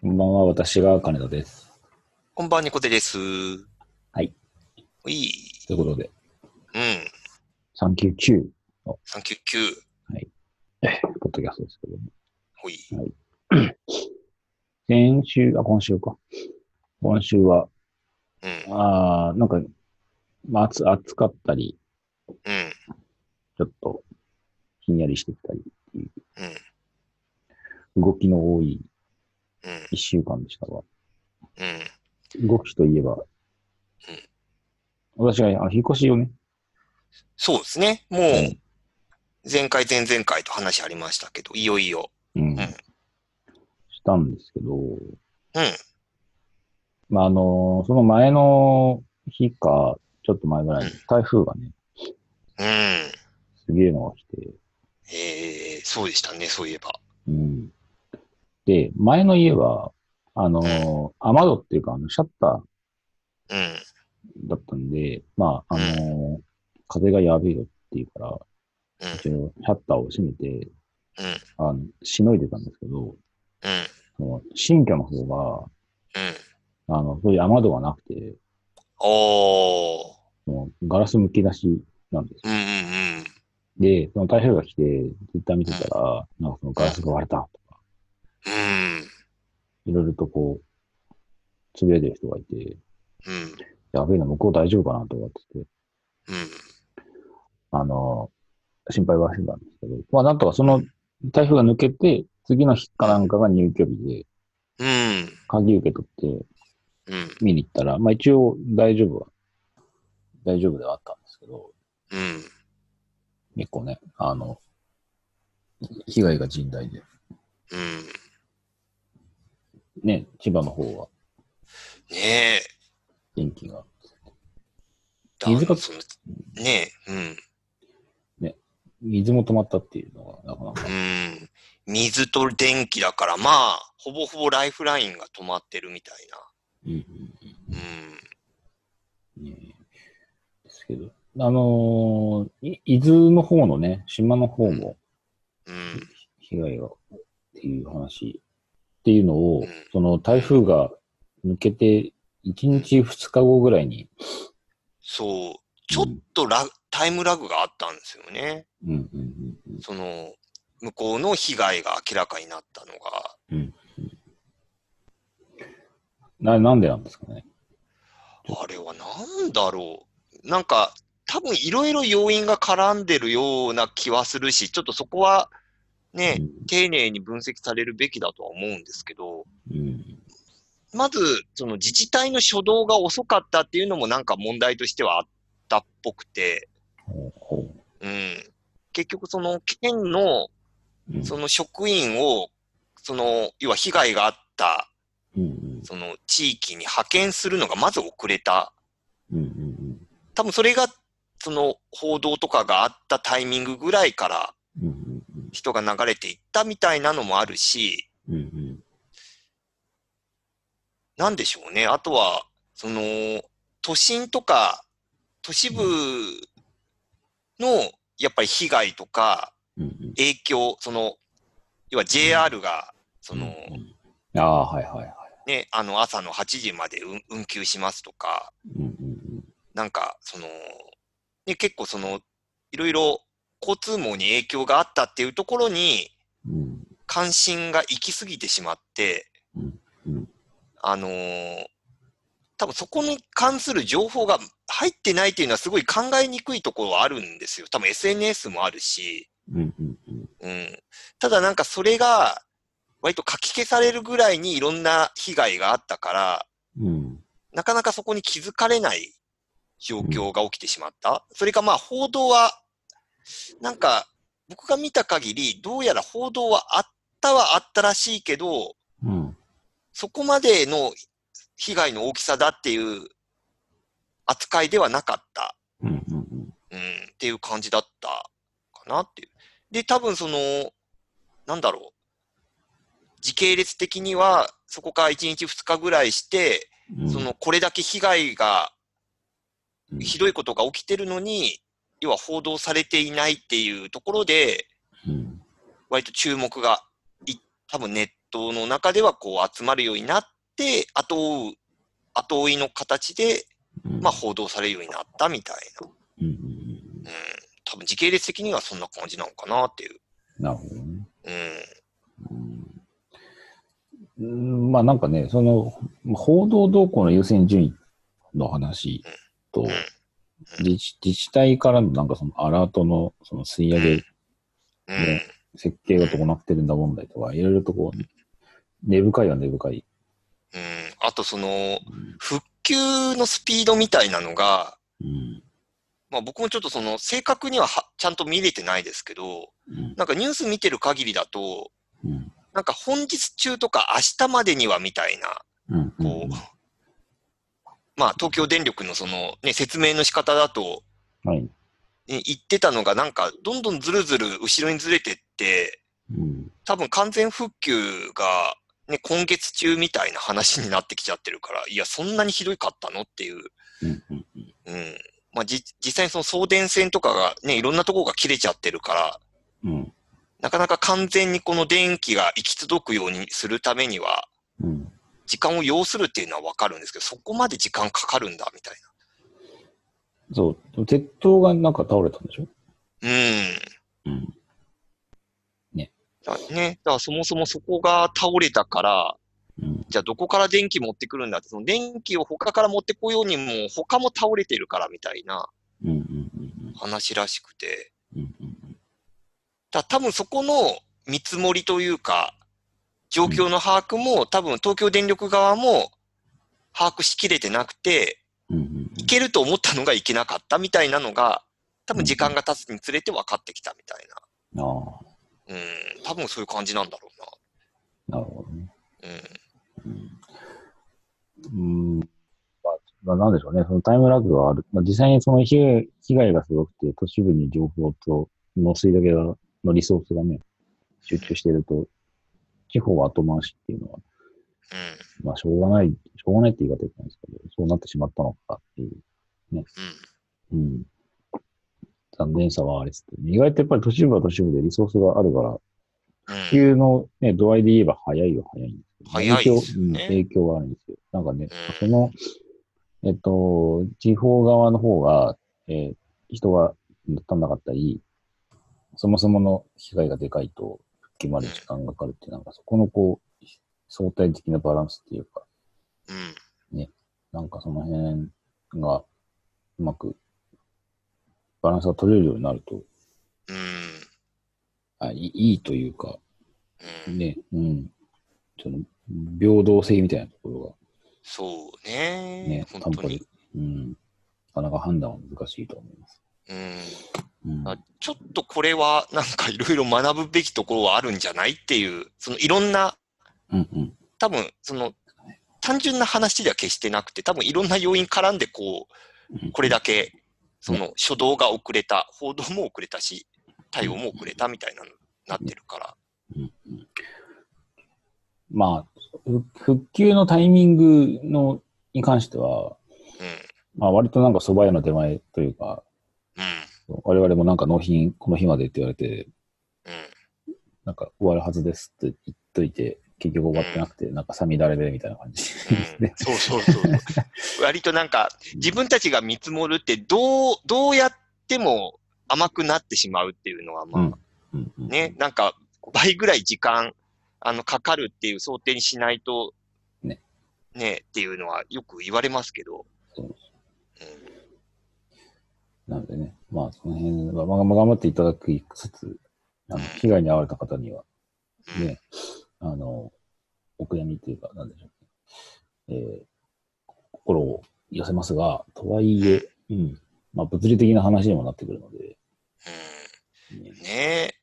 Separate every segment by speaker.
Speaker 1: こんばんは、私が金田です。
Speaker 2: こんばんは、ニコテです。
Speaker 1: はい。
Speaker 2: いい。
Speaker 1: ということで、
Speaker 2: うん。
Speaker 1: 399、
Speaker 2: 399。
Speaker 1: ポッドキャストですけども、
Speaker 2: ほい。
Speaker 1: 先週、あ、今週か。今週は、
Speaker 2: うん。うん。
Speaker 1: あーなんか、まあ、暑暑かったり、ちょっと、ひんやりしてきたり、
Speaker 2: うん。
Speaker 1: 動きの多い
Speaker 2: うん。
Speaker 1: 一週間でしたが、
Speaker 2: うん。
Speaker 1: 動きといえば、私が、あ、引っ越しをね、
Speaker 2: そうですね。もう、前回、前々回と話ありましたけど、いよいよ。
Speaker 1: うん、したんですけど、
Speaker 2: うん。
Speaker 1: まあ、あの、その前の日か、ちょっと前ぐらいに
Speaker 2: うん、
Speaker 1: 台風がね、
Speaker 2: うん。
Speaker 1: すげえのが来て、
Speaker 2: えー、そうでしたね、そういえば。
Speaker 1: うん。で、前の家は、あのー雨戸っていうか、あの、シャッター
Speaker 2: うん。
Speaker 1: だったんで、まあ、あのー風がやべえよっていうから、
Speaker 2: うん。
Speaker 1: 一応、シャッターを閉めて、
Speaker 2: うん。
Speaker 1: あの、しのいでたんですけど、
Speaker 2: うん。
Speaker 1: その新居の方
Speaker 2: うん。
Speaker 1: が、あの、そういう雨戸がなくて、
Speaker 2: おー。
Speaker 1: そのガラスむき出しなんですよ。
Speaker 2: うんうんうん。
Speaker 1: で、その台風が来て、ツイッター見てたら、なんかそのガラスが割れたとか、
Speaker 2: うん。
Speaker 1: いろいろとこう、つぶやいてる人がいて、
Speaker 2: うん。
Speaker 1: やべえな、向こう大丈夫かなと思ってて、
Speaker 2: うん。
Speaker 1: あの、心配はしてたんですけど、まあなんとかその台風が抜けて、次の日かなんかが入居日で、
Speaker 2: うん。
Speaker 1: 鍵受け取って
Speaker 2: うん。
Speaker 1: 見に行ったら、まあ一応大丈夫は、大丈夫ではあったんですけど、
Speaker 2: うん。
Speaker 1: 結構ね、あの、被害が甚大で、
Speaker 2: うん。
Speaker 1: ね、千葉の方は
Speaker 2: ねえ。
Speaker 1: 電気が。
Speaker 2: だ
Speaker 1: 水が
Speaker 2: そのねえ。うん。
Speaker 1: 水も止まったっていうのが、なかなか。
Speaker 2: うん、水と電気だから、まあ、ほぼほぼライフラインが止まってるみたい
Speaker 1: うん
Speaker 2: な。
Speaker 1: うんねですけど。あのーい伊豆の方のね、島の方も、
Speaker 2: うん。うん。
Speaker 1: 被害がっていう話っていうのを、
Speaker 2: うん
Speaker 1: その台風が抜けて1日2日後ぐらいに、
Speaker 2: そう。ちょっとラタイムラグがあったんですよね。
Speaker 1: うんうんうんうん
Speaker 2: その、向こうの被害が明らかになったのが。
Speaker 1: ななんでなんですかね。
Speaker 2: あれはなんだろう。なんか、多分いろいろ要因が絡んでるような気はするし、ちょっとそこはね、丁寧に分析されるべきだとは思うんですけど、
Speaker 1: うんうん
Speaker 2: まず、その自治体の初動が遅かったっていうのもなんか問題としてはあったっぽくて、
Speaker 1: ほうほ
Speaker 2: うん。結局その県の
Speaker 1: ううん
Speaker 2: その職員を、その、要は被害があった、
Speaker 1: うんうん
Speaker 2: その地域に派遣するのがまず遅れた。
Speaker 1: うんうん
Speaker 2: 多分それが、その報道とかがあったタイミングぐらいから
Speaker 1: うんうん
Speaker 2: 人が流れていったみたいなのもあるし、
Speaker 1: うんうん
Speaker 2: なんでしょうね。あとは、その、都心とか、都市部の、やっぱり被害とか、
Speaker 1: うんうん
Speaker 2: 影響、その、要は JR が、その、
Speaker 1: ああ、はいはいはい。
Speaker 2: ね、あの、朝の8時まで運運休しますとか、
Speaker 1: うんうん
Speaker 2: なんか、その、ね、結構その、いろいろ交通網に影響があったっていうところに、
Speaker 1: うんうん
Speaker 2: 関心が行き過ぎてしまって、
Speaker 1: うんうん
Speaker 2: あのー多分そこに関する情報が入ってないっていうのはすごい考えにくいところはあるんですよ。多分 SNS もあるし、
Speaker 1: うんうんうん
Speaker 2: うん。ただなんかそれが割とかき消されるぐらいにいろんな被害があったから、
Speaker 1: うん
Speaker 2: なかなかそこに気づかれない状況が起きてしまった。それかまあ報道は、なんか僕が見た限り、どうやら報道はあったはあったらしいけど、
Speaker 1: うん
Speaker 2: そこまでの被害の大きさだっていう扱いではなかった、
Speaker 1: うんうんうん
Speaker 2: うん、っていう感じだったかなっていう。で、多分その、なんだろう。時系列的には、そこから1日2日ぐらいして、
Speaker 1: うん
Speaker 2: その、これだけ被害が
Speaker 1: うん
Speaker 2: ひどいことが起きてるのに、要は報道されていないっていうところで、
Speaker 1: うん
Speaker 2: 割と注目がい、多分ネットの中ではこう集まるようになって、後を追う、後追いの形で、まあ、報道されるようになったみたいな。
Speaker 1: うんうんうん
Speaker 2: うん。多分時系列的にはそんな感じなのかなっていう。
Speaker 1: なるほどね。
Speaker 2: うん。
Speaker 1: うん、まあなんかね、その、報道動向の優先順位の話と
Speaker 2: うん、
Speaker 1: 自治自治体からのなんかそのアラートのその吸い上げ、
Speaker 2: うん。
Speaker 1: ね設計が伴ってるんだ問題とか、いろいろとこう、根深いは根深い。
Speaker 2: うん。あとその、復旧のスピードみたいなのが、
Speaker 1: うん。
Speaker 2: まあ僕もちょっとその、正確にははちゃんと見れてないですけど、
Speaker 1: うん。
Speaker 2: なんかニュース見てる限りだと、
Speaker 1: うん。
Speaker 2: なんか本日中とか明日までにはみたいな、
Speaker 1: うん。
Speaker 2: こう、まあ東京電力のその、ね、説明の仕方だと、
Speaker 1: はい。
Speaker 2: ね言ってたのがなんかどんどんずるずる後ろにずれてって、
Speaker 1: うん。
Speaker 2: 多分完全復旧が、ね、今月中みたいな話になってきちゃってるから、いや、そんなにひどかったのっていう。
Speaker 1: うん。うん
Speaker 2: うん。まあ、じ、実際にその送電線とかがね、いろんなところが切れちゃってるから、
Speaker 1: うん。
Speaker 2: なかなか完全にこの電気が行き届くようにするためには、
Speaker 1: うん。
Speaker 2: 時間を要するっていうのはわかるんですけど、そこまで時間かかるんだ、みたい
Speaker 1: そう。でも鉄塔がなんか倒れたんでしょ
Speaker 2: な。うん。
Speaker 1: うん。
Speaker 2: だね。だからそもそもそこが倒れたから、
Speaker 1: うん。
Speaker 2: じゃあどこから電気持ってくるんだって、その電気を他から持ってこようにも、他も倒れてるからみたいな
Speaker 1: うん。うん。うん
Speaker 2: 話らしくて。
Speaker 1: うん。うん。
Speaker 2: だ多分そこの見積もりというか、状況の把握も、多分東京電力側も把握しきれてなくて、
Speaker 1: うん。うん。
Speaker 2: いけると思ったのがいけなかったみたいなのが、多分時間が経つにつれて分かってきたみたい
Speaker 1: ああ。
Speaker 2: な。うん、多分そういう感じなんだろ
Speaker 1: なるほどね。
Speaker 2: うな。う
Speaker 1: うん。
Speaker 2: ん。
Speaker 1: まあ、まあ、なんでしょうね。そのタイムラグがある。まあ、実際にその被害被害がすごくて、都市部に情報と農水だけが、のリソースがね、集中してると、地方は後回しっていうのは、まあ、しょうがない、しょうがないって言い方いけないんですけど、そうなってしまったのかっていう、
Speaker 2: うん。うん。
Speaker 1: うん。残念さはあれっすね。意外とやっぱり都市部は都市部でリソースがあるから、
Speaker 2: うん
Speaker 1: 普及の、ね、度合いで言えば早いは早いんですけど、
Speaker 2: 早いです
Speaker 1: 影響
Speaker 2: よね
Speaker 1: うん、影響があるんですよ。なんかね、
Speaker 2: う
Speaker 1: その、えっと、地方側の方が、えー人が足んなかったり、そもそもの被害がでかいと、復帰まで時間がかかるって、なんかそこのこう、相対的なバランスっていうか、
Speaker 2: うん。
Speaker 1: なんかその辺が、うまく、バランスが取れるようになると、
Speaker 2: うん。
Speaker 1: あいいいいというか、
Speaker 2: うん
Speaker 1: ね、うん。その、平等性みたいなところ
Speaker 2: そう
Speaker 1: が
Speaker 2: ね。
Speaker 1: ね、
Speaker 2: 本
Speaker 1: 担
Speaker 2: 当
Speaker 1: 保で
Speaker 2: に。、
Speaker 1: うん。なかなか判断は難しいと思います。
Speaker 2: うん、
Speaker 1: うん。
Speaker 2: あちょっとこれはなんかいろいろ学ぶべきところはあるんじゃないっていう、そのいろんな、
Speaker 1: うんうん。
Speaker 2: 多分その単純な話では決してなくて、多分いろんな要因絡んでこ
Speaker 1: う
Speaker 2: うんこれだけその初動が遅れた、報道も遅れたし、対応も遅れたみたいなのになってるから。
Speaker 1: まあ、ふ復旧のタイミングのに関しては、
Speaker 2: うん
Speaker 1: まあ、割となんか蕎麦屋の出前というか、
Speaker 2: うん
Speaker 1: 我々もなんか納品、この日までって言われて、
Speaker 2: うん
Speaker 1: なんか終わるはずですって言っといて、結局終わってなくて、なんかさみだれでみ たいな感じです
Speaker 2: うん
Speaker 1: ね。
Speaker 2: そうそう そう。割となんか、自分たちが見積もるって、どう、どうやっても甘くなってしまうっていうのは、まあ、
Speaker 1: うんうん
Speaker 2: ね、なんか、倍ぐらい時間、あの、かかるっていう想定にしないと、
Speaker 1: ね。
Speaker 2: ね、っていうのはよく言われますけど。
Speaker 1: そうそう
Speaker 2: うん
Speaker 1: なのでね、まあ、その辺は、まあ、まあ頑張っていただくつつ、あの被害に遭われた方には、
Speaker 2: うん
Speaker 1: ね、あの、お悔やみというか、なんでしょう、ね。えー心を寄せますが、とはいえ、うん、まあ、物理的な話にもなってくるので、ね
Speaker 2: うんね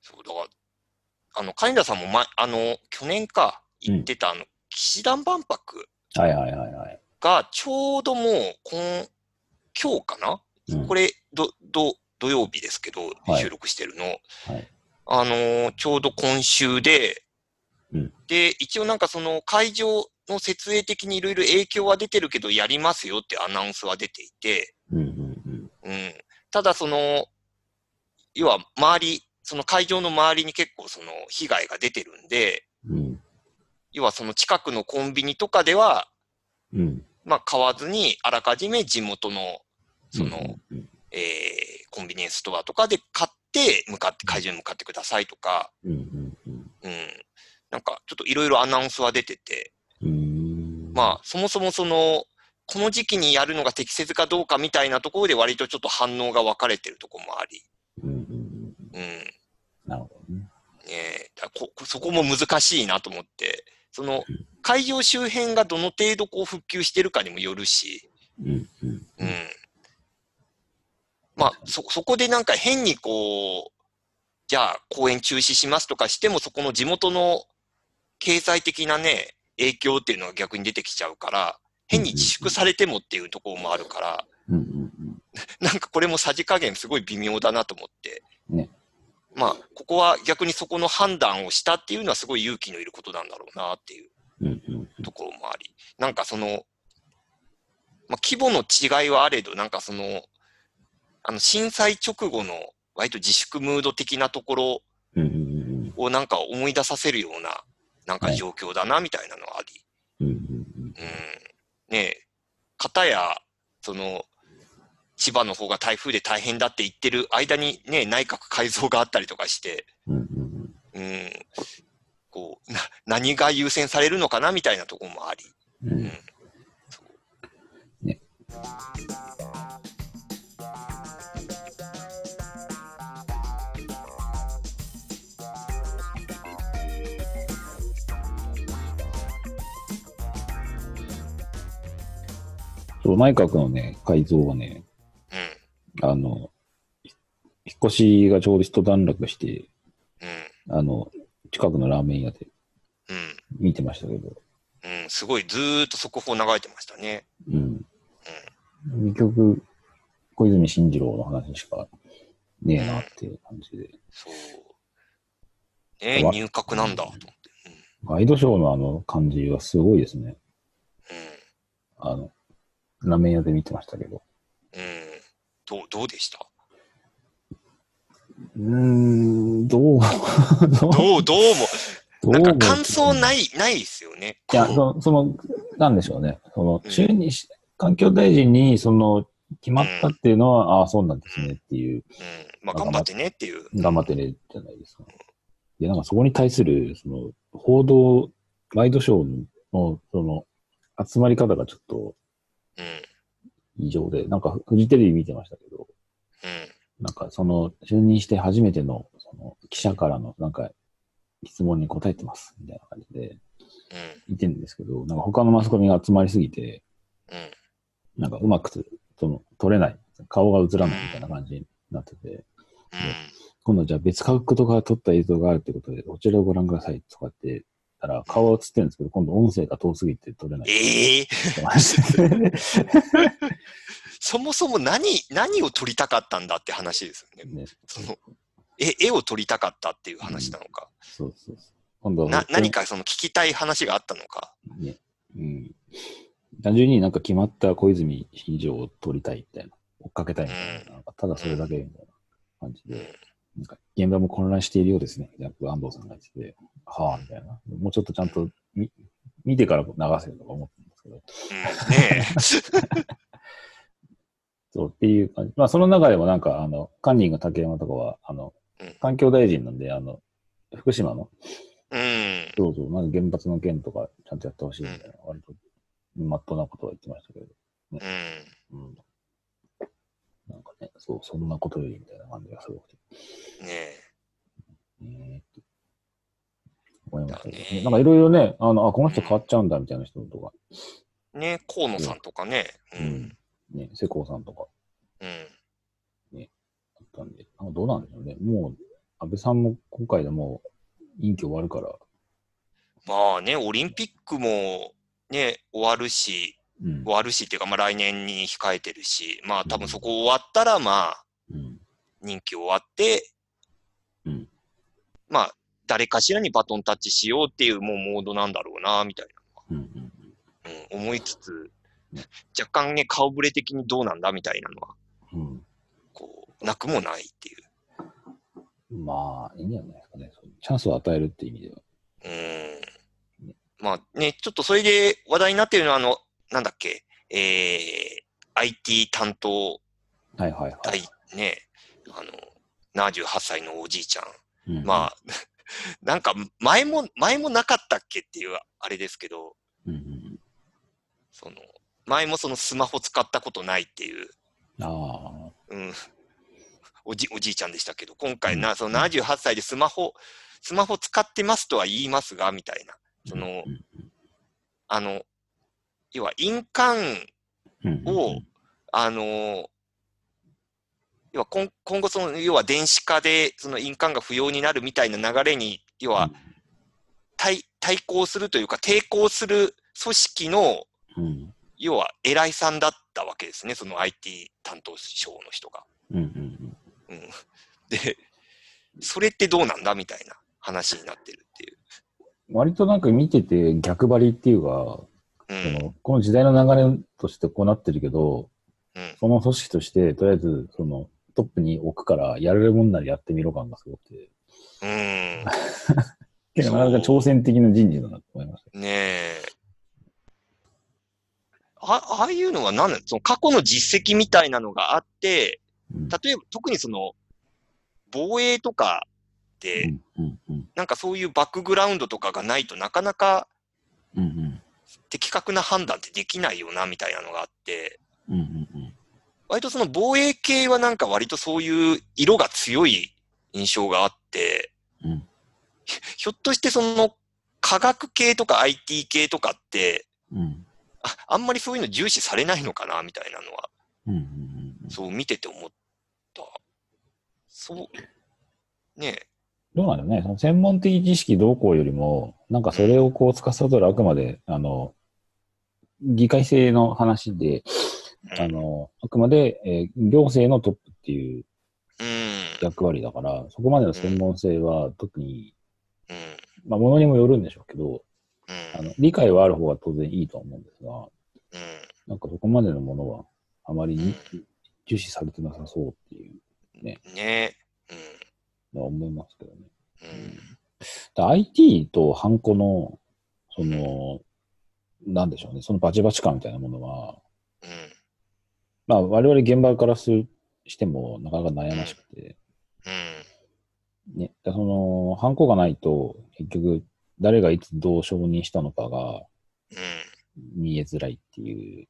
Speaker 2: そう、だから、あの、金田さんも、ま、あの、去年か、言ってた、あの、騎士団万博
Speaker 1: はいはいはいはい。
Speaker 2: が、ちょうどもう、今、今日かな
Speaker 1: うん
Speaker 2: これ、ど、ど、土曜日ですけど、
Speaker 1: はい
Speaker 2: 収録してるの。
Speaker 1: はい
Speaker 2: あのーちょうど今週で、
Speaker 1: うん
Speaker 2: で、一応なんかその会場の設営的にいろいろ影響は出てるけど、やりますよってアナウンスは出ていて、
Speaker 1: うんうん
Speaker 2: うん。ただその、要は周り、その会場の周りに結構その被害が出てるんで、
Speaker 1: うん。うん
Speaker 2: 要はその近くのコンビニとかでは、
Speaker 1: うん。
Speaker 2: まあ、買わずに、あらかじめ地元の、その、
Speaker 1: うん、うん
Speaker 2: えーコンビニエンスストアとかで買って、向かって、会場に向かってくださいとか、
Speaker 1: うん、うん。
Speaker 2: うん。なんか、ちょっといろいろアナウンスは出てて、
Speaker 1: うーん。
Speaker 2: まあ、そもそもその、この時期にやるのが適切かどうかみたいなところで割とちょっと反応が分かれてるところもあり、
Speaker 1: うんうんうん。
Speaker 2: うん。
Speaker 1: なるほどね。
Speaker 2: ねえ、だここそこも難しいなと思って、その会場周辺がどの程度こう復旧してるかにもよるし、
Speaker 1: うん、うん。
Speaker 2: うん。まあ、そ、そこでなんか変にこう、じゃあ公演中止しますとかしても、そこの地元の経済的なね、影響っていうのが逆に出てきちゃうから、変に自粛されてもっていうところもあるから、
Speaker 1: うん、うん、うん。
Speaker 2: なんかこれもさじ加減すごい微妙だなと思って。
Speaker 1: ね
Speaker 2: まあ、ここは逆にそこの判断をしたっていうのはすごい勇気のいることなんだろうなっていう
Speaker 1: うん、うん。
Speaker 2: ところもあり。なんかその、まあ、規模の違いはあれど、なんかその、あの、震災直後の割と自粛ムード的なところ
Speaker 1: うん、うん、
Speaker 2: をなんか思い出させるような、なんか状況だなみたいなのはあり。
Speaker 1: うん。うん、
Speaker 2: うん、ねえ、片や、その、千葉の方が台風で大変だって言ってる間にね、内閣改造があったりとかして、
Speaker 1: うん、うん。
Speaker 2: うん、こう、な、何が優先されるのかなみたいなところもあり。
Speaker 1: うん、うん。そう、内閣のね、改造はね、
Speaker 2: うん、
Speaker 1: あの、ひ引っ越しがちょうど一段落して、
Speaker 2: う
Speaker 1: あの、近くのラーメン屋で
Speaker 2: ん、
Speaker 1: 見てましたけど、
Speaker 2: うん、うん、すごい、ずーっと速報流れてましたね。
Speaker 1: うん。結局、小泉進次郎の話しかねえなっていう感じで。
Speaker 2: そう。ねえ、
Speaker 1: わ
Speaker 2: 入閣なんだ、と思って。
Speaker 1: ワイドショーのあの感じはすごいですね。あの、ラーメン屋で見てましたけど。
Speaker 2: うん、うん。どう、どうでした
Speaker 1: うーん、どう、どう、
Speaker 2: どう、どう
Speaker 1: どう
Speaker 2: も、なんか
Speaker 1: も
Speaker 2: 感想ない、ないですよね。
Speaker 1: いや、
Speaker 2: こう
Speaker 1: その、その、なんでしょうね。その、
Speaker 2: うん
Speaker 1: 就任し、環境大臣に、その、決まったっていうのは、ああ、そうなんですねっていう、
Speaker 2: うん、まあ、頑張ってねっていう。
Speaker 1: 頑張ってね、じゃないですか。で、なんかそこに対する、その、報道、ワイドショーの、その、集まり方がちょっと
Speaker 2: うん、うん、
Speaker 1: 異常で、なんか、フジテレビ見てましたけど、なんか、その、就任して初めての、その、記者からの、なんか、質問に答えてます、みたいな感じで、
Speaker 2: うん、
Speaker 1: いてるんですけど、なんか他のマスコミが集まりすぎて、
Speaker 2: うん、
Speaker 1: なんかうまくその取れない、顔が映らないみたいな感じになってて、
Speaker 2: う。
Speaker 1: 今度じゃあ別角度から撮った映像があるってことで、こちらをご覧くださいとかって言ったら、顔は映ってるんですけど、今度音声が遠すぎて撮れなんいって
Speaker 2: ええ
Speaker 1: 言ってましたね
Speaker 2: そもそも何、何を撮りたかったんだって話ですよね。
Speaker 1: ね
Speaker 2: その、え、絵を撮りたかったっていう話なのか。
Speaker 1: そうそうそう。今度は
Speaker 2: な、何かその聞きたい話があったのか。
Speaker 1: ね、うん。単純になんか決まった小泉進次郎を撮りたいみたいな、追っかけたいみたいな、なんかただそれだけみたいな感じ
Speaker 2: うん、
Speaker 1: で、なんか現場も混乱しているようですね。みたいなことを安藤さんが言ってて、はあ、みたいな。もうちょっとちゃんと見見てから流せるとか思ってるんですけど。
Speaker 2: うんね
Speaker 1: そうっていう感じ。まあ、その中でもなんか、あの、カンニング竹山とかは、あの
Speaker 2: うん、
Speaker 1: 環境大臣なんで、あの、福島の、
Speaker 2: え。うん。
Speaker 1: そうそう、なんか原発の件とかちゃんとやってほしいみたいな、割と、まっとうなことは言ってましたけど、
Speaker 2: うん。
Speaker 1: うん。なんかね、そう、そんなことよりみたいな感じがすごくて、
Speaker 2: ねえ。
Speaker 1: ねーって思いましたけど
Speaker 2: だね
Speaker 1: なんかいろいろね、あの、あ、この人変わっちゃうんだみたいな人とか、
Speaker 2: ね河野さんとかね。う
Speaker 1: うんん。ね、世耕さんとか
Speaker 2: うん。
Speaker 1: あったんで、なんかどうなんでしょうね。もう、安倍さんも今回でもう、任期終わるから、
Speaker 2: まあね、オリンピックもね、終わるし、
Speaker 1: うん
Speaker 2: 終。わるしっていうか、まあ来年に控えてるし、まあ多分そこ終わったら、まあ、
Speaker 1: うん。
Speaker 2: 任期終わって、
Speaker 1: うん
Speaker 2: まあ、誰かしらにバトンタッチしようっていうもうモードなんだろうな、みたい
Speaker 1: うんうん。
Speaker 2: な、うん、思いつつ
Speaker 1: ね、
Speaker 2: 若干ね、顔ぶれ的にどうなんだみたいなのは、
Speaker 1: うん。
Speaker 2: こう、なくもないってい
Speaker 1: まあ、いいんじゃないですかね。そうチャンスを与えるって意味では。
Speaker 2: う。うん。まあね、ちょっとそれで話題になってるのは、あの、なんだっけ、えー、IT 担当
Speaker 1: はいはいは
Speaker 2: 大
Speaker 1: い。、
Speaker 2: ね、あの、78歳のおじいちゃん。
Speaker 1: うん
Speaker 2: まあ、 なんか前も、前もなかったっけっていうあれですけど、
Speaker 1: うんうん
Speaker 2: その、前もそのスマホ使ったことないっていう、
Speaker 1: ああ、
Speaker 2: うん、おじ、おじいちゃんでしたけど、今回な、その78歳でスマホ、スマホ使ってますとは言いますが、みたいな。その
Speaker 1: う、ん
Speaker 2: あの、要は印鑑
Speaker 1: うんうん
Speaker 2: を、あのー要は今今後その、要は電子化でその印鑑が不要になるみたいな流れに、要は対対抗するというか、抵抗する組織の、
Speaker 1: うん
Speaker 2: 要は偉いさんだったわけですね、その IT 担当省の人が。
Speaker 1: うんうん
Speaker 2: うん、 で、それってどうなんだみたいな話になってるっていう。
Speaker 1: 割となんか見てて逆張りっていうか、
Speaker 2: う
Speaker 1: そ
Speaker 2: ん
Speaker 1: のこの時代の流れとしてこうなってるけど、
Speaker 2: うん
Speaker 1: その組織としてとりあえずそのトップに置くからやれるもんならやってみろ感がすごくて、
Speaker 2: うん
Speaker 1: 結構なかなか挑戦的な人事だなと思いました。
Speaker 2: ねえ。あああいうのは何なのその過去の実績みたいなのがあって、
Speaker 1: うん
Speaker 2: 例えば、特にその、防衛とかで、
Speaker 1: うんうん
Speaker 2: なんかそういうバックグラウンドとかがないとなかなか
Speaker 1: うんうん
Speaker 2: 的確な判断ってできないよな、みたいなのがあって、
Speaker 1: うんうんうん
Speaker 2: 割とその防衛系はなんか割とそういう色が強い印象があって、
Speaker 1: うん
Speaker 2: ひょっとしてその科学系とか IT 系とかって、
Speaker 1: うん
Speaker 2: ああんまりそういうの重視されないのかなみたいなのは、
Speaker 1: うんうんうん
Speaker 2: そう見てて思った。そう、ねえ、
Speaker 1: どうなんだろうね、その専門的知識どうこうよりも、なんかそれをこう司るあくまで、あの、議会制の話で、
Speaker 2: うん
Speaker 1: あの、あくまで、えー行政のトップっていう
Speaker 2: うん、
Speaker 1: 役割だから、そこまでの専門性は特に、
Speaker 2: うん、
Speaker 1: まあ、ものにもよるんでしょうけど、
Speaker 2: うん、
Speaker 1: あの、理解はある方が当然いいとは思うんですが、
Speaker 2: うん、
Speaker 1: なんかそこまでのものは、あまり
Speaker 2: う
Speaker 1: に
Speaker 2: ん
Speaker 1: 重視されてなさそうっていう
Speaker 2: ねえ、
Speaker 1: のは思いますけどね。
Speaker 2: うん、うん、
Speaker 1: だ IT とハンコの、その、なんでしょうね、そのバチバチ感みたいなものは、
Speaker 2: うん、
Speaker 1: まあ、我々現場からするしても、なかなか悩ましくて、
Speaker 2: うん、
Speaker 1: ね、だその、ハンコがないと、結局、誰がいつどう承認したのかが
Speaker 2: うん、
Speaker 1: 見えづらいっていう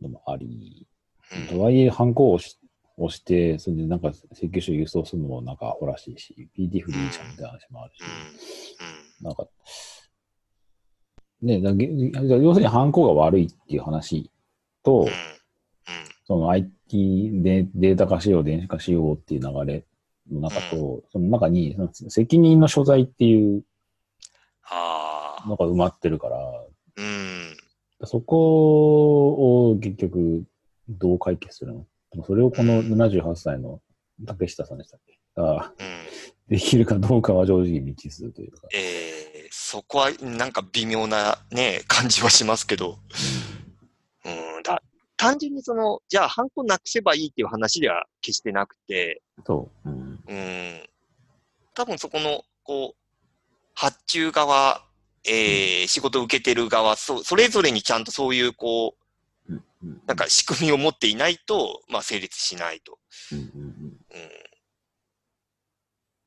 Speaker 2: うん、
Speaker 1: のもあり、
Speaker 2: うん
Speaker 1: とはいえ、ハンコを押し押して、それでなんか請求書郵送するのもなんかアホらしいし、PDF でいいじゃんみたいな話もあるし、なんか、ね、だげ要するに犯行が悪いっていう話と、
Speaker 2: うん、うん、
Speaker 1: その IT でデータ化しよう、電子化しようっていう流れの中と、その中にその責任の所在っていう
Speaker 2: ああ、
Speaker 1: のが埋まってるから、
Speaker 2: うん、
Speaker 1: そこを結局どう解決するのでもそれをこの78歳の竹下さんでしたっけが
Speaker 2: うん、
Speaker 1: できるかどうかは正直未知数というか。
Speaker 2: えー、そこはなんか微妙なね、感じはしますけど。 うん、だ単純にその、じゃあ、ハンコなくせばいいっていう話では決してなくて、
Speaker 1: そう。うん。
Speaker 2: うん、多分そこの、こう、発注側、えー、仕事を受けてる側そう、それぞれにちゃんとそういう、こう、
Speaker 1: うんうん
Speaker 2: なんか仕組みを持っていないと、まあ、成立しないと。
Speaker 1: うんうんうん
Speaker 2: うん、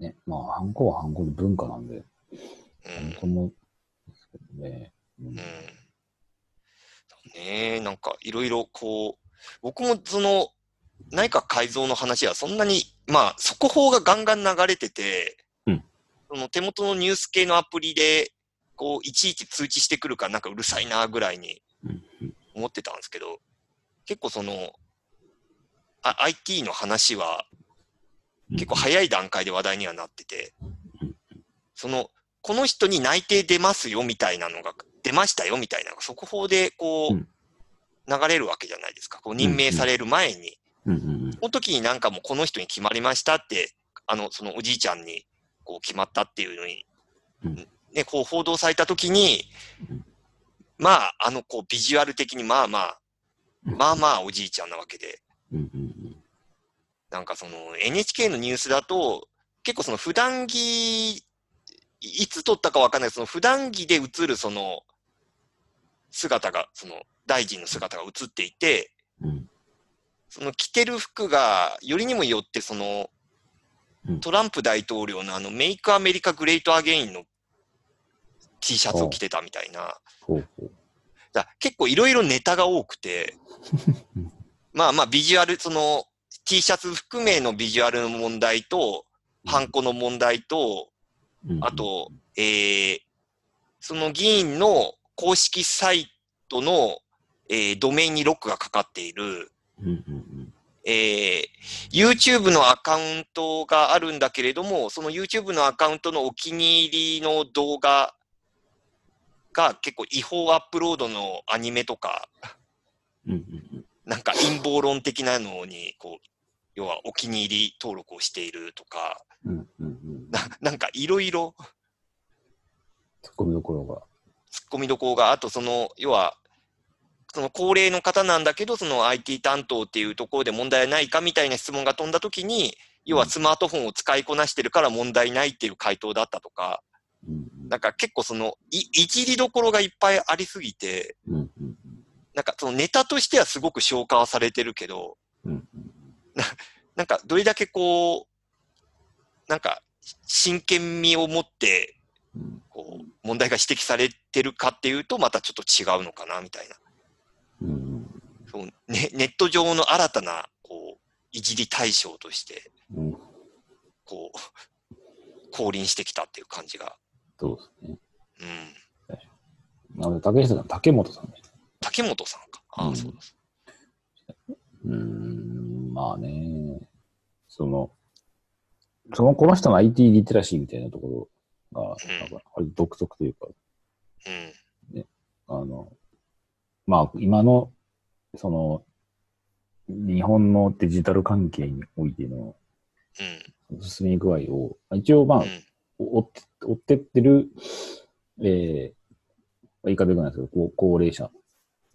Speaker 1: ね、まあ、ハンコはハンコの文化なんで、
Speaker 2: う
Speaker 1: ハ
Speaker 2: ん
Speaker 1: ンコも、ですけどね。うん
Speaker 2: うん。ねえ、なんかいろいろこう、僕もその内閣改造の話はそんなに、まあ速報がガンガン流れてて、
Speaker 1: うん
Speaker 2: その手元のニュース系のアプリで、こういちいち通知してくるからなんかうるさいなぐらいに
Speaker 1: うん
Speaker 2: 思ってたんですけど、結構その、あ IT の話は結構早い段階で話題にはなってて
Speaker 1: うん、
Speaker 2: その、この人に内定出ますよみたいなのが、出ましたよみたいなのが速報でこう、
Speaker 1: うん
Speaker 2: 流れるわけじゃないですか。こう任命される前に、
Speaker 1: うんうん
Speaker 2: この時になんかもうこの人に決まりましたって、あの、そのおじいちゃんにこう決まったっていうのに、
Speaker 1: うん
Speaker 2: ね、こう報道された時に
Speaker 1: うん、
Speaker 2: まあ、あの、こうビジュアル的にまあまあ、
Speaker 1: うん
Speaker 2: まあまあおじいちゃんなわけで、
Speaker 1: うんうんうん
Speaker 2: なんかその NHK のニュースだと、結構その普段着いいつ撮ったかわかんない、その普段着で映るその姿が、その大臣の姿が映っていて、
Speaker 1: うん。
Speaker 2: その着てる服がよりにもよってその
Speaker 1: うん
Speaker 2: トランプ大統領のあのメイクアメリカグレートアゲインの T シャツを着てたみたいな。
Speaker 1: ほうほう。
Speaker 2: だから結構いろいろネタが多くて
Speaker 1: うん、
Speaker 2: まあまあビジュアル、その T シャツ含めのビジュアルの問題と、ハンコの問題と、
Speaker 1: うん
Speaker 2: あ、と、えーその議員の公式サイトの、えードメインにロックがかかっている、
Speaker 1: うんうん
Speaker 2: えー YouTube のアカウントがあるんだけれども、その YouTube のアカウントのお気に入りの動画が結構違法アップロードのアニメとか、
Speaker 1: うん。うんうん
Speaker 2: なんか陰謀論的なのに、こう、要はお気に入り登録をしているとか、
Speaker 1: うん。うんうんうん。
Speaker 2: ななんかいろいろ
Speaker 1: 突っ込みどころが。
Speaker 2: 突っ込みどころが、あとその、要は、その高齢の方なんだけど、その IT 担当っていうところで問題ないかみたいな質問が飛んだときに、要はスマートフォンを使いこなしてるから問題ないっていう回答だったとか、
Speaker 1: うん
Speaker 2: なんか結構その、いいじりどころがいっぱいありすぎて、
Speaker 1: うん。うんうん
Speaker 2: なんかそのネタとしてはすごく消化はされてるけど、
Speaker 1: うん
Speaker 2: なんかどれだけこう、なんか真剣味を持って、
Speaker 1: うん
Speaker 2: こう、問題が指摘されてるかっていうと、またちょっと違うのかな、みたいな。
Speaker 1: うんうん
Speaker 2: そうね、ネット上の新たな、こう、いじり対象として、
Speaker 1: うん。
Speaker 2: こう、降臨してきたっていう感じが。
Speaker 1: そうですね。
Speaker 2: うん。
Speaker 1: なので、竹下さん、竹本さんでした。
Speaker 2: 竹本さんか。あ
Speaker 1: う
Speaker 2: あ、
Speaker 1: ん
Speaker 2: そうです。
Speaker 1: うーん、まあね。その、その、この人の IT リテラシーみたいなところが、
Speaker 2: ん
Speaker 1: なんか、割と独特というか、
Speaker 2: うん。
Speaker 1: あの、まあ、今の、その、日本のデジタル関係においての
Speaker 2: うん。
Speaker 1: 進み具合を、一応、まあ
Speaker 2: う、ん。
Speaker 1: 追って追ってってる、えー、言い方よくないですけど、高高齢者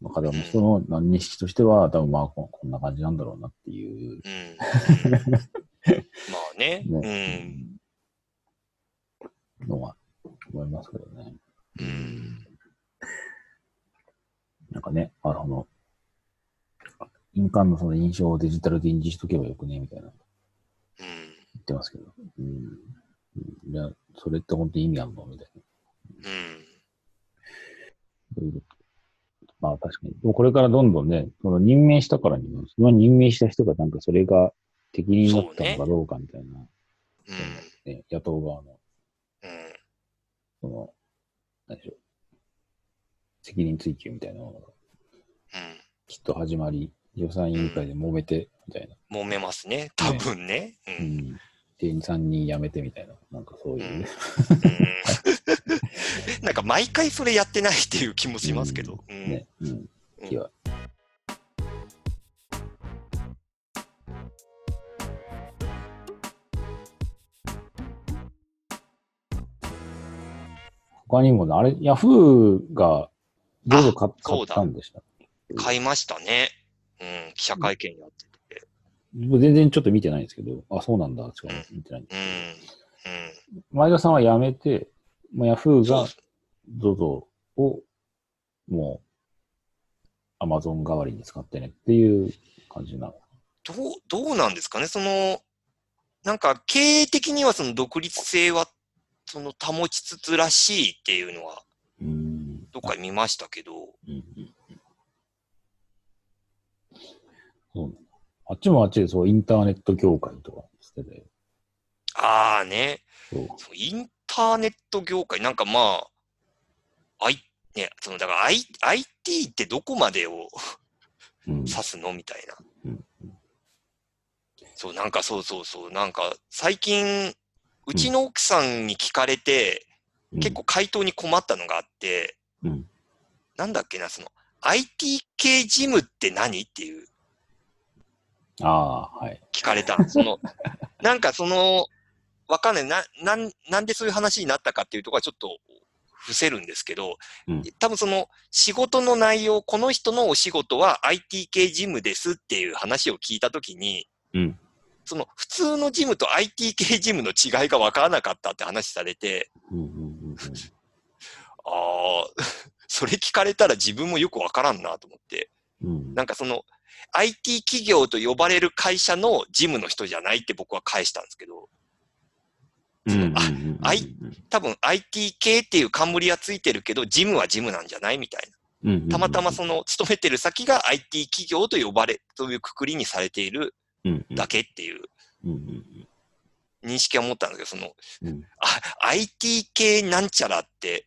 Speaker 1: の方の人の認識としては、多分まあ、ここんな感じなんだろうなっていう。
Speaker 2: うん。うんまあね。うん。
Speaker 1: のは思いますけどね。
Speaker 2: うん。
Speaker 1: なんかね、あの、印鑑のその印象をデジタルで印字しとけばよくね、みたいな
Speaker 2: うん。
Speaker 1: 言ってますけど。うん。うんいや、それって本当に意味あるのみたいな。
Speaker 2: うん。
Speaker 1: そういうことまあ確かに。でもこれからどんどんね、その任命したからにも、その任命した人がなんかそれが適任だったのかどうかみたいな、
Speaker 2: うん。
Speaker 1: ね野党側の、
Speaker 2: うん。
Speaker 1: その、何でしょう、責任追及みたいなものが
Speaker 2: うん。
Speaker 1: きっと始まり、予算委員会で揉めて、みたいな。
Speaker 2: 揉めますね、多分ね。う。
Speaker 1: うんん。店員さんに辞めてみたいな、なんかそういううん
Speaker 2: うんなんか毎回それやってないっていう気もしますけど。うん
Speaker 1: ね、うん、気は。他にもね、あれ、ヤフーが、どうぞ買っ
Speaker 2: あそ
Speaker 1: 買
Speaker 2: う
Speaker 1: っ
Speaker 2: だ
Speaker 1: たんでした。
Speaker 2: 買いましたね。うん、記者会見やってて。
Speaker 1: 僕全然ちょっと見てないんですけど、あ、そうなんだ、しか見てないんで
Speaker 2: うん、
Speaker 1: す
Speaker 2: う
Speaker 1: け
Speaker 2: ん。
Speaker 1: ど。前田さんは辞めて、もうヤフー
Speaker 2: そう
Speaker 1: が ZOZO を、もう、Amazon 代わりに使ってねっていう感じなの。
Speaker 2: どう、どうなんですかね、その、なんか経営的にはその独立性は、その保ちつつらしいっていうのは、
Speaker 1: うん。
Speaker 2: どっかで見ましたけど、
Speaker 1: うんうんそうなんだあっちもあっちでそう、インターネット業界とかしてて、
Speaker 2: ああね、
Speaker 1: そう
Speaker 2: そうインターネット業界、なんかまあ、I ね、そのだから、I、IT ってどこまでを
Speaker 1: うん
Speaker 2: 指すのみたいな
Speaker 1: うん。
Speaker 2: そう、なんかそうそうそう、なんか最近、うちの奥さんに聞かれて、結、構回答に困ったのがあって、
Speaker 1: うん
Speaker 2: なんだっけな、その、IT 系ジムって何っていう
Speaker 1: ああ、はい。
Speaker 2: 聞か れた。その、なんかその、わかんない。な、なん、なんでそういう話になったかっていうところはちょっと伏せるんですけど、
Speaker 1: うん
Speaker 2: 多分その仕事の内容、この人のお仕事は IT 系事務ですっていう話を聞いたときに、
Speaker 1: うん
Speaker 2: その普通のジムと IT 系ジムの違いが分からなかったって話されて、
Speaker 1: うんうんうんうん。
Speaker 2: ああ、 それ聞かれたら自分もよく分からんなと思って、
Speaker 1: うん
Speaker 2: なんかその IT 企業と呼ばれる会社のジムの人じゃないって僕は返したんですけど、
Speaker 1: うんうんうんうん
Speaker 2: あい多分 IT 系っていう冠はついてるけど、ジムはジムなんじゃないみたい
Speaker 1: うんうんうん
Speaker 2: な。たまたまその勤めてる先が IT 企業と呼ばれ、というくくりにされている
Speaker 1: うんうん
Speaker 2: だけっていう
Speaker 1: うんうん
Speaker 2: 認識は持ったんだけど、その、
Speaker 1: うん
Speaker 2: あ、IT 系なんちゃらって、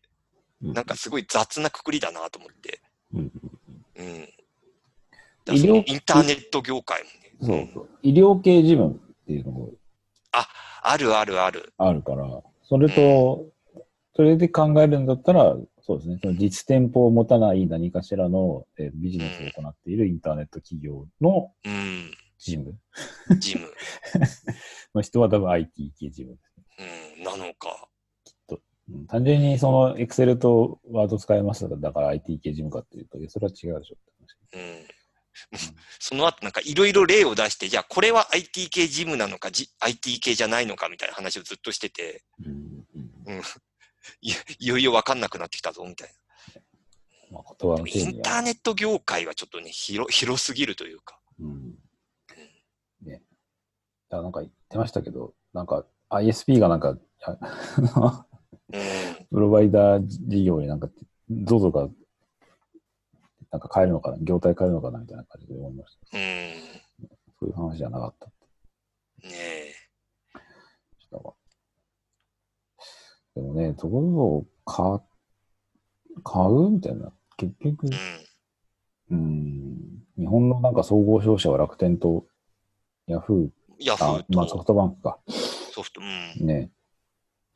Speaker 1: うん
Speaker 2: なんかすごい雑なくくりだなと思って。
Speaker 1: うん
Speaker 2: うん。だから
Speaker 1: 医
Speaker 2: その
Speaker 1: 療
Speaker 2: インターネット業界もね。
Speaker 1: そうそう。医療系事務っていうのも
Speaker 2: あるあるある。
Speaker 1: あるから、それと、それで考えるんだったら、そうですね、その実店舗を持たない何かしらの、えービジネスを行っているインターネット企業の
Speaker 2: うん。
Speaker 1: 事務
Speaker 2: ジム。
Speaker 1: の人は多分 IT 系事務ですね。
Speaker 2: うん。なのか。
Speaker 1: うん単純にその Excel と Word 使えますだから IT 系事務かっていうと、いやそれは違うでしょって話。
Speaker 2: うん。 その後なんかいろいろ例を出して、じゃあこれは IT 系ジムなのか、じ IT 系じゃないのかみたいな話をずっとしてて、
Speaker 1: うんうん
Speaker 2: いいよいよわかんなくなってきたぞみたい
Speaker 1: まあ、言葉
Speaker 2: な。
Speaker 1: の
Speaker 2: イ
Speaker 1: 整
Speaker 2: ン
Speaker 1: 理
Speaker 2: タ
Speaker 1: は
Speaker 2: ーネット業界はちょっとね、広広すぎるというか。
Speaker 1: うんね。だからなんか言ってましたけど、なんか ISP がなんか、あ
Speaker 2: うん。
Speaker 1: プロバイダー事業になんか、どうぞが、なんか変えるのかな、業態変えるのかなみたいな感じで思いました。
Speaker 2: うん。
Speaker 1: そういう話じゃなかったって
Speaker 2: ねえ。
Speaker 1: したわ。でもね、ところを買、買うみたいな、結局う
Speaker 2: うん。、
Speaker 1: ん、日本のなんか総合商社は楽天とヤフー、
Speaker 2: ヤフ
Speaker 1: あ、まあ
Speaker 2: ー
Speaker 1: ソフ
Speaker 2: と
Speaker 1: トバンクか、
Speaker 2: ソフト、うん。
Speaker 1: ね、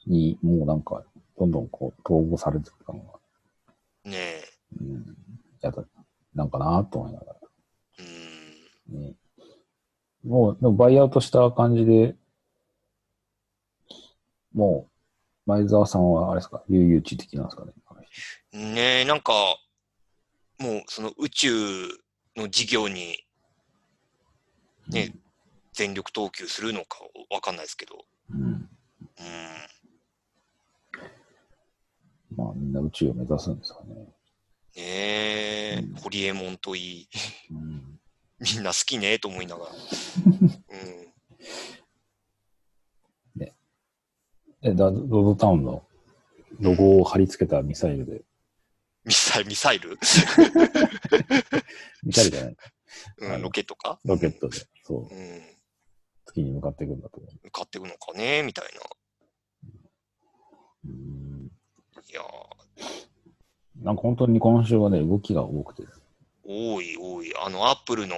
Speaker 1: に、もうなんか、どんどんこう、統合されていく感が、
Speaker 2: ねえ。
Speaker 1: うん、やだ、なんかなと思いながら。
Speaker 2: うん。
Speaker 1: ね、もう、でもバイアウトした感じで、もう、前澤さんは、あれですか、悠々地的なんですかね。
Speaker 2: ねえ、なんか、もうその宇宙の事業にね全力投球するのかわかんないですけど、
Speaker 1: うん。
Speaker 2: うん、
Speaker 1: まあ、みんな宇宙を目指すんですかね。
Speaker 2: ねえ
Speaker 1: うん、
Speaker 2: ホリエモンといい、
Speaker 1: うん。
Speaker 2: みんな好きねえと思いながら、うん、
Speaker 1: え、だロードタウンのロゴを貼り付けたミサイルで、
Speaker 2: ミサイル、ミサイル、
Speaker 1: ミサイルじ ゃない、
Speaker 2: うんロケットか、
Speaker 1: ロケットで、そう、
Speaker 2: うん、
Speaker 1: 月に向かっていくんだと思
Speaker 2: 向かっていくのかねみたい
Speaker 1: う。
Speaker 2: な。
Speaker 1: うん。
Speaker 2: いやー、
Speaker 1: なんか本当に今週はね、動きが多くて、
Speaker 2: 多い多い。あの、アップルの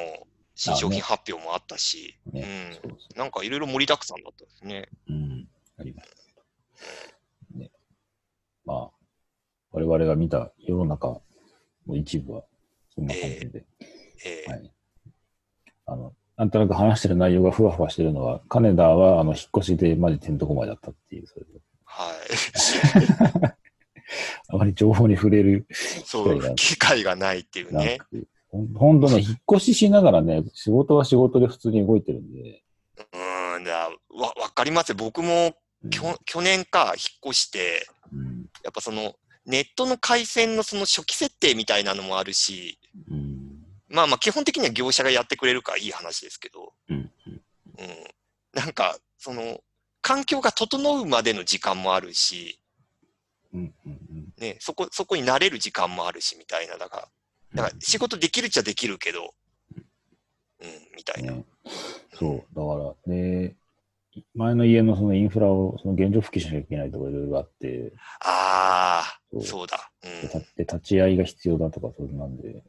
Speaker 2: 新商
Speaker 1: あね
Speaker 2: 品発表もあったし、
Speaker 1: ねそ
Speaker 2: うん。
Speaker 1: う
Speaker 2: なんかいろいろ盛りだくさんだったですね。
Speaker 1: うん。ありましたけど。ね。まあ、我々が見た世の中の一部は、そんな感じで、
Speaker 2: ええ
Speaker 1: はい。あの、なんとなく話してる内容がふわふわしてるのは、金田は、あの、引っ越しでマジてんとこまでだったっていう、それで
Speaker 2: はい。
Speaker 1: あまり情報に触れる
Speaker 2: そ
Speaker 1: 機会が
Speaker 2: う、機会がないっていう
Speaker 1: な
Speaker 2: ね。
Speaker 1: くて、ほんほんとね、引っ越ししながらね、仕事は仕事で普通に動いてるんで、
Speaker 2: うん、だわ、わかりますよ。僕も
Speaker 1: うん
Speaker 2: きょ、去年か、引っ越して、
Speaker 1: うん。
Speaker 2: やっぱその、ネットの回線のその初期設定みたいなのもあるし、
Speaker 1: うん。
Speaker 2: まあまあ基本的には業者がやってくれるからいい話ですけど、
Speaker 1: うん。
Speaker 2: うん。なんか、その、環境が整うまでの時間もあるし、
Speaker 1: うん。うん。
Speaker 2: ね、そこ、そこに慣れる時間もあるし、みたいな。だから、だから仕事できるっちゃできるけど、うん、みたいな。
Speaker 1: ね、そう、だから、で、前の家のそのインフラをその現状復帰しなきゃいけないとかいろいろあって、
Speaker 2: あ
Speaker 1: そう
Speaker 2: あ、そうだ。うん、うん、
Speaker 1: でたで立ち会いが必要だとかそういうのなんで、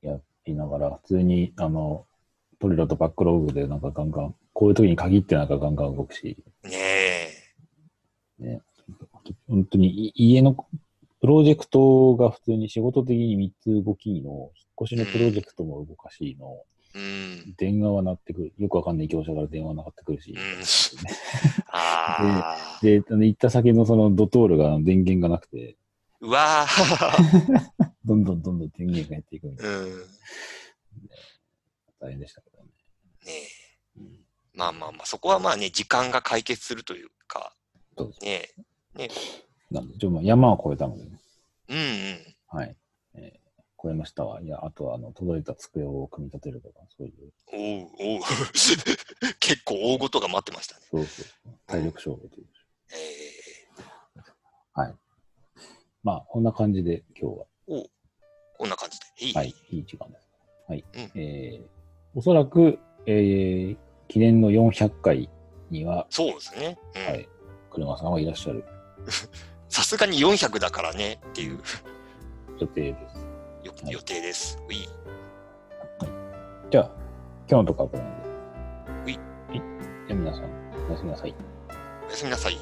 Speaker 1: やりながら、普通に、あの、トリラとバックログでなんかガンガン、こういう時に限ってなんかガンガン動くし、
Speaker 2: うん。ねえ。
Speaker 1: 本当にい家のプロジェクトが普通に仕事的に3つ動きの、引っ越しのプロジェクトも動かしいの、
Speaker 2: うん。
Speaker 1: 電話は鳴ってくる。よくわかんない業者から電話鳴ってくるし
Speaker 2: う、ん。ああ。
Speaker 1: で、あの行った先のそのドトールが電源がなくて、
Speaker 2: うわあ。
Speaker 1: どんどんどんどん電源が減っていくみたい
Speaker 2: うん。ね
Speaker 1: な、大変でしたけどね。
Speaker 2: え。
Speaker 1: うん
Speaker 2: まあまあまあ、そこはまあね、時間が解決するというか、
Speaker 1: そうです
Speaker 2: ね、
Speaker 1: なんで、ちょっと山は越えたのでね。
Speaker 2: うんうん。
Speaker 1: はい。えー越えましたわ。いや、あとは、あの、届いた机を組み立てるとか、そういう、
Speaker 2: おうおう 結構大事が待ってましたね。
Speaker 1: そうそうそう体力勝負という。
Speaker 2: えー、
Speaker 1: まあ、こんな感じで、今日は。
Speaker 2: おうこんな感じで。いい、
Speaker 1: はい、いい時間です。はい。
Speaker 2: うん
Speaker 1: えーおそらく、えー記念の400回には、
Speaker 2: そうですね。うん
Speaker 1: はい車さんはいらっしゃる
Speaker 2: さすがに400だからねっていう
Speaker 1: 予定です。
Speaker 2: よ
Speaker 1: はい
Speaker 2: 予定です。うい
Speaker 1: じゃあ、今日のとこはこれまで。
Speaker 2: うい
Speaker 1: はい。じゃあ皆さん、おやすみなさい。
Speaker 2: おやすみなさい。